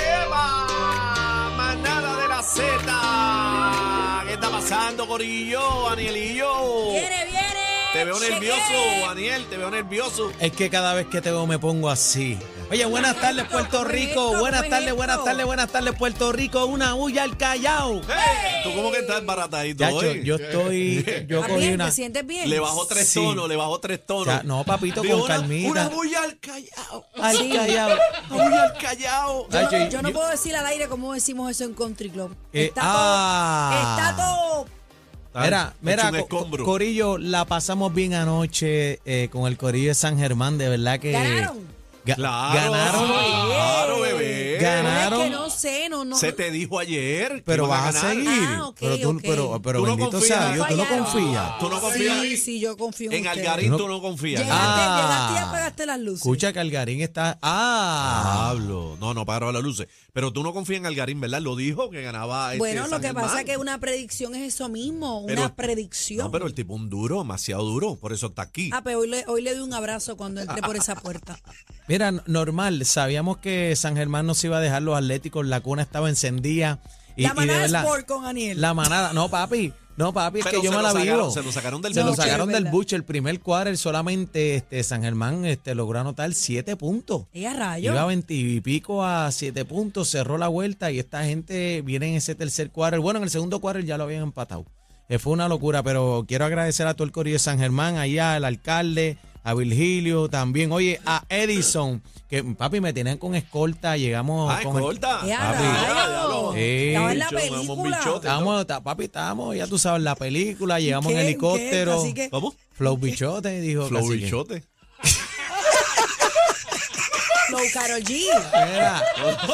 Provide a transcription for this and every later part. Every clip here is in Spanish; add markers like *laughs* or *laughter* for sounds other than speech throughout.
tema. Manada de la Z. ¿Qué está pasando, Corillo? Anielillo. Viene, viene. Te veo chequea. nervioso, Aniel, te veo nervioso. Es que cada vez que te veo me pongo así. Oye, buenas tardes Puerto Rico, pues, buenas tardes, buenas tardes, buenas tardes Puerto Rico, una huya al Callao. Hey, ¿Tú cómo que estás baratadito Chacho, hoy? yo estoy, yo Ariel, cogí una... ¿Te sientes bien? Le bajó tres Sí. tonos, le bajó tres tonos. Ya, no, papito, Digo, con una- Una calmita. bulla al callao. *laughs* Al Callao. Una bulla al callao. Yo, Chacho, no, yo no yo- puedo decir al aire cómo decimos eso en Country Club. Eh, está, ah. todo, está todo. Mira, Hecho mira, un co- escombro. Corillo, la pasamos bien anoche eh, con el Corillo de San Germán, de verdad que... ¿Ganaron? Ga- Claro, Ganaron, Ah, claro, Bien. bebé. Ganaron. Es que no sé, no, no. Se te dijo ayer. que pero iban vas a ganar. seguir. Ah, ok, pero tú, ok. pero, pero Tú no bendito confías. sea Dios, tú no Fallaron. confías. Tú no confías. Sí, sí, yo confío en, En Ah, ustedes. Algarín tú Yo no confías. Llegaste, Ah. llegaste y apagaste las luces. Escucha que Algarín está... ¡Ah! Pablo, no, no paró a las luces. Pero tú no confías en Algarín, ¿verdad? Lo dijo que ganaba. Este bueno, lo San que Germán. pasa es que una predicción es eso mismo, Pero- una predicción. No, pero el tipo un duro, demasiado duro. Por eso está aquí. Ah, pero hoy le, hoy le doy un abrazo cuando entré por esa *laughs* puerta. Mira, n- normal, sabíamos que San Germán nos iba a dejar los atléticos, la cuna estaba encendida. Y, la y de manada verdad, Sport con Aniel. la manada, no papi, no papi, es Pero que yo se me lo la sacaron- vivo. se lo sacaron del Se lo buche. sacaron Es del verdad. buche, el primer quarter solamente este, San Germán este, logró anotar siete puntos. Ella rayo. Iba 20 y pico a siete puntos, cerró la vuelta y esta gente viene en ese tercer quarter. Bueno, en el segundo quarter ya lo habían empatado. Eh, Fue una locura, pero quiero agradecer a todo el corillo de San Germán, allá al alcalde, a Virgilio también. Oye, a Edison, que papi me tenían con escolta, llegamos Ah, con el- corta. Ya, Papi. rayos. Sí. Estaba en la Bicho, vamos, película. bichote. Estábamos, ta- papi, estábamos, ya tú sabes, la película, llegamos en ¿Qué? ¿Qué? helicóptero. Así que- Vamos. Flow Bichote, dijo. Flow cacique. bichote. Lo Karol G. Mira,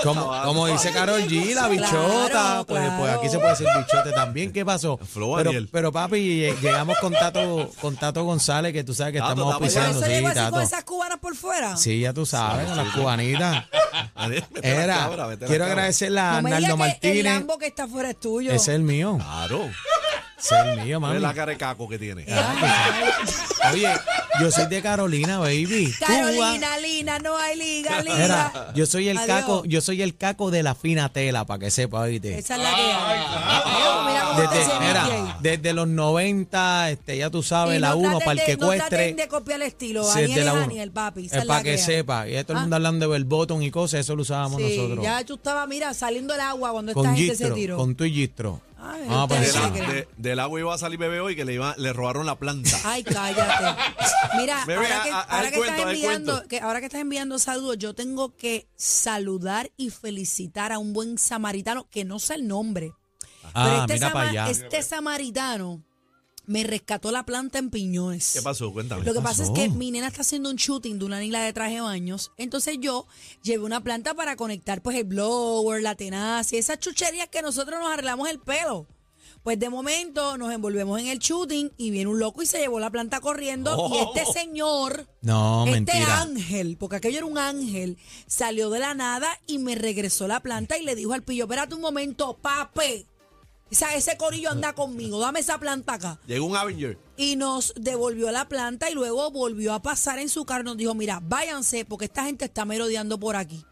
como, como dice Carol G, la bichota, Claro, pues, claro. pues aquí se puede decir bichote también. ¿Qué pasó? Flow pero, Ariel. pero, papi, lleg- llegamos con Tato, con Tato González, que tú sabes que Tato, estamos Tato, ya. Por auspiciando. eso Sí, llegó así Tato. con esas cubanas por fuera. Sí, ya tú sabes, las cubanitas. Ariel, *laughs* vete a la Ah. Era, cabra, vete a la quiero cabra. agradecerle a No me Arnaldo digas que el Martínez. Lambo que está afuera es tuyo. Ese es el mío, Claro. ese es el mío, Mira mami. Ah, la cara de caco que tiene. Oye, yo soy de Carolina, baby. *laughs* Cuba. Carolina, Lina, no hay liga, liga. Era, yo soy el Adiós. caco, yo soy el caco de la fina tela, para que sepa, oíste. Esa es la que hay. Adiós, mira cómo te Desde, se mira, mete ahí. desde los 90, este, ya tú sabes, Y la no 1, traten Parque de- No Ecuestre. traten de copiar el estilo. se- Daniel de es la uno. Daniel, papi. Esa Es es la para que hay. sepa. Y ya todo el mundo Ah. hablando de Belbotón y cosas, eso lo usábamos Sí, nosotros. ya yo estaba, mira, saliendo del agua cuando esta con gente se Gistro, tiró. con tu y Gistro. Ah, pues, Ay, Vamos a ustedes De poner- la- Sí, creo. de- del agua iba a salir bebé hoy que le, iba, le robaron la *laughs* planta. Ay, cállate. *laughs* Mira, Bebé, ahora que, a- a- ahora al que cuento, estás al enviando, cuento. que ahora que estás enviando saludos, yo tengo que saludar y felicitar a un buen samaritano que no sé el nombre, pero Ah, este, mira para sama- allá. este samaritano me rescató la planta en piñones. ¿Qué pasó? Cuéntame. Lo que pasa es pasó? que mi nena está haciendo un shooting de una anila de traje de baños. Entonces yo llevé una planta para conectar pues el blower, la tenacia, esas chucherías que nosotros nos arreglamos el pelo. Pues de momento nos envolvemos en el shooting y viene un loco y se llevó la planta corriendo. Y Oh. este señor, No, este mentira. ángel, porque aquello era un ángel, salió de la nada y me regresó la planta y le dijo al pillo, espérate un momento, pape. Esa- ese corillo anda conmigo, dame esa planta acá Llegó un Avenger. y nos devolvió la planta y luego volvió a pasar en su carro. Nos dijo, mira, váyanse porque esta gente está merodeando por aquí.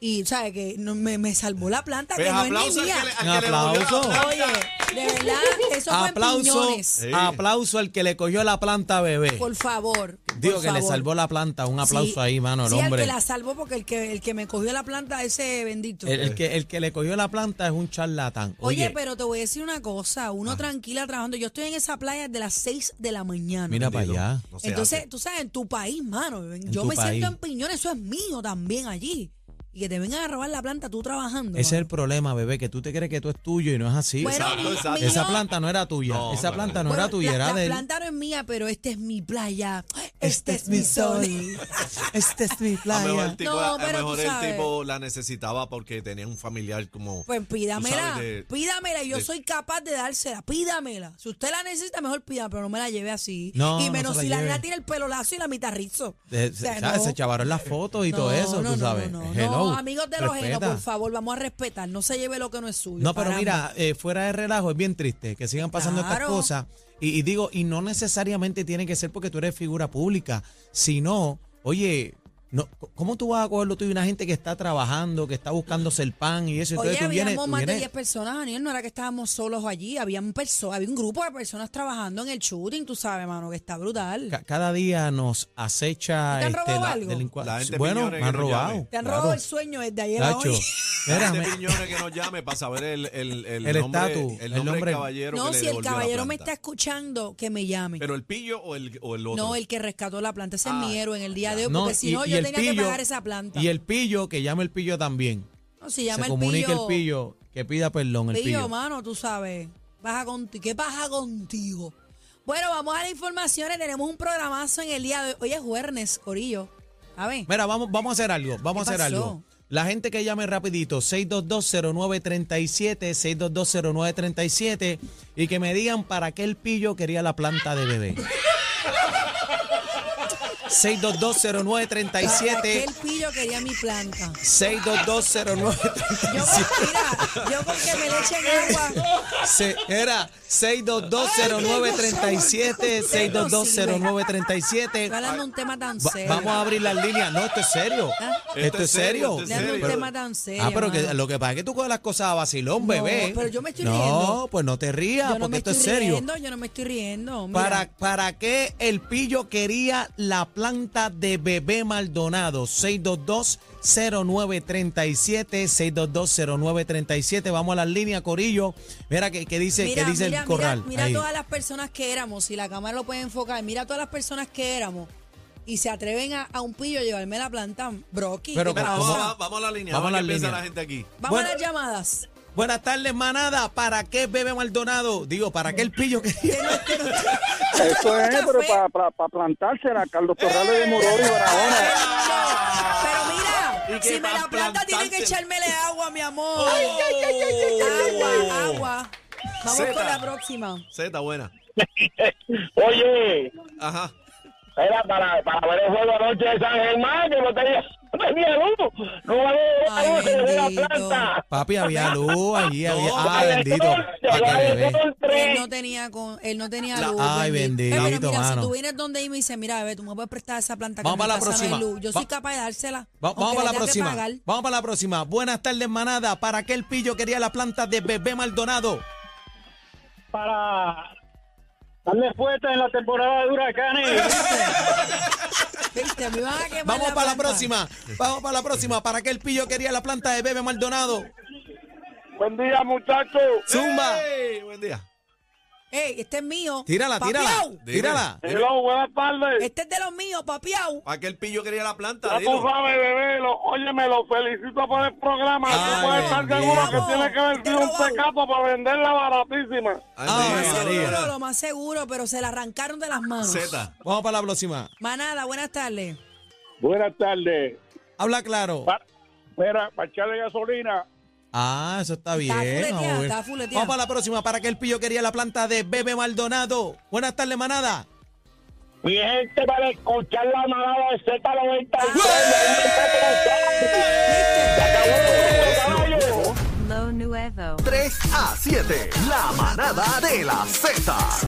Y, ¿sabes que no- me, me salvó la planta, Pues que no es aplauso ni al que mía. le- Un al que le devolvió la aplauso. planta. Oye, de verdad, eso fue en Aplauso, piñones. Sí. aplauso al que le cogió la planta a bebé. Por favor. Digo por que le favor. salvó la planta. Un aplauso Sí, ahí, mano, el sí, hombre. al que la salvó porque el que, el que me cogió la planta, ese bendito. El, el que, el que le cogió la planta es un charlatán. Oye, Oye, Ah. pero te voy a decir una cosa, uno tranquila trabajando. Yo estoy en esa playa desde las 6 de la mañana. mira para allá. No se Entonces, hace. tú sabes, en tu país, mano, yo tu me país. siento en piñones, eso es mío también allí. Y que te vengan a robar la planta tú trabajando. Ese es el mano. problema, bebé, que tú te crees que tú es tuyo y no es así. Bueno, Exacto, mi- exacto. mi- Esa no. planta no era tuya, No, esa no, planta no Bueno, era tuya, la, era la de él. planta no es mía, pero este es mi playa. Este es mi sol. *laughs* Este es mi A lo mejor el tipo, Ah, No, a lo pero tú mejor el sabes. tipo la necesitaba porque tenía un familiar como. Pues pídamela, Tú sabes de- pídamela. y Yo de- soy capaz de dársela, pídamela. Si usted la necesita, mejor pídamela, pero no me la lleve así. No, y no menos se la si la lleve. nena tiene el pelo lazo y la mitad rizo. De- O sea, ¿sabes? no. Se chavaron las fotos y No, todo eso, no, tú no, sabes. No, no, Hello, no, amigos de los genos, respeta. por favor, vamos a respetar. No se lleve lo que no es suyo. No, pero caramba. mira, eh, fuera de relajo, es bien triste que sigan pasando estas Claro. cosas. Y, y digo, y no necesariamente tiene que ser porque tú eres figura pública, sino, oye, No, c- ¿Cómo tú vas a coger lo tuyo de una gente que está trabajando, que está buscándose el pan y eso? Entonces Oye, tú vienes, habíamos tú más de vienes- 10 personas, Daniel, no era que estábamos solos allí, había un, perso- había un grupo de personas trabajando en el shooting, tú sabes, mano, que está brutal. ca- cada día nos acecha este, ¿Te han robado la algo? delincua- La gente Bueno, piñones me que han nos robado. llame. Te han claro. robado el sueño desde ayer a Tacho, hoy. mira, Gente me- piñones que nos llame para saber el, el, el, El nombre, estatus, el el nombre nombre. del caballero No, que le si el devolvió la caballero me planta. está escuchando, que me llame. ¿Pero el pillo o el, o el otro? No, el que rescató la planta, ese es mi héroe en el día de hoy, No, porque si y- no, y yo el tenía que pillo- pagar esa planta. Y el pillo, que llame el pillo también. no, si llama Se el comunica pillo, el pillo, que pida perdón el pillo, pillo. mano, tú sabes. Baja contigo. ¿Qué pasa contigo? Bueno, vamos a las informaciones. Tenemos un programazo en el día de hoy. Hoy es Juernes, Corillo. A ver. Mira, vamos, vamos a hacer algo, vamos a ¿Qué hacer pasó? algo. La gente que llame rapidito, 6220937, 6220937, y que me digan para qué el pillo quería la planta *laughs* de bebé. 6220937, ¿Para qué el pillo quería mi planta? 6220937. Yo con, mira, yo con que me le *laughs* echen agua. Se- era 6220937, 6220937. Estoy hablando de un tema tan Va- serio. vamos a abrir las líneas. No, esto es serio. Ah. Esto es serio. esto es Hablando de un serio. tema tan serio. Ah, pero que, mano. lo que pasa es que tú coges las cosas a vacilón, No, bebé. pero yo me estoy no, riendo. pues no te rías, Yo no porque me esto estoy es serio. riendo, yo no me estoy riendo. mira. ¿Para, ¿Para qué el pillo quería la planta de bebé Maldonado? 622-0937, 622-0937. Vamos a las líneas, Corillo. Mira que, que dice, que dice el corral. Mira, ahí. todas las personas que éramos, si la cámara lo puede enfocar, mira todas las personas que éramos y se atreven a, a un pillo a llevarme la planta, Brocky. Pero ¿qué Espera, pasa? vamos, a- Vamos vamos a la línea. vamos Vamos a a ver qué la piensa línea. la gente aquí. Vamos bueno. a las llamadas. Buenas tardes, manada. ¿Para qué bebé Maldonado? Digo, ¿para qué el pillo quería? *laughs* Eso es, Café. pero para plantársela, Carlos Corrales de Morón y Barahona. Pero ¿Y mira, qué si me más la planta tiene que plantarte? echármele agua, mi amor. Oh. Agua, agua. Vamos con Zeta. la próxima. Z, buena. Oye, Ajá. era para, para ver el juego anoche de San Germán, que no tenía, no tenía luz. No Ay, había luz, se llegó bendito. la planta. Papi, había *laughs* luz allí, había. No, ah, bendito. Para que bebé. Él no tenía con, él no tenía La- luz. Ay, bendito, Eh, pero mira, mano. si tú vienes donde y me dices, mira, bebé, tú me puedes prestar esa planta. que Vamos en mi para la casa no hay próxima. luz. Yo Va- soy capaz de dársela. Va- vamos aunque para la tenga que próxima. pagar. *laughs* Vamos para la próxima. Buenas tardes, manada. ¿Para qué el pillo quería la planta de bebé Maldonado? Para darle fuerza en la temporada de huracanes. Viste, me van a quemar Vamos para la planta. próxima. Vamos para la próxima. ¿Para qué el pillo quería la planta de bebé Maldonado? Buen día, muchachos. Zumba. Ey, buen día. Ey, este es mío. Tírala, tírala. Papiao. Tírala. Dime. Hello, buenas tardes. Este es de los míos, papiao. ¿Para qué el pillo quería la planta? Ya Dilo. tú sabes, bebé, lo, óyeme, lo felicito por el programa. Ay, tú puedes estar seguro que bendito. tiene que haber sido un Te robó. pecado para venderla baratísima. Ah, Lo Ande, más María. seguro, lo más seguro, pero se la arrancaron de las manos. Z. Vamos para la próxima. Manada, buenas tardes. Buenas tardes. Habla claro. Mira, para echarle gasolina. Ah, eso está bien. fuleteada, vamos a ver. está fuleteada. Vamos para la próxima. ¿Para qué el pillo quería la planta de bebé Maldonado? Buenas tardes, manada. Mi gente para escuchar la manada de Z93. Lo nuevo. 3 a 7, la manada de la Z.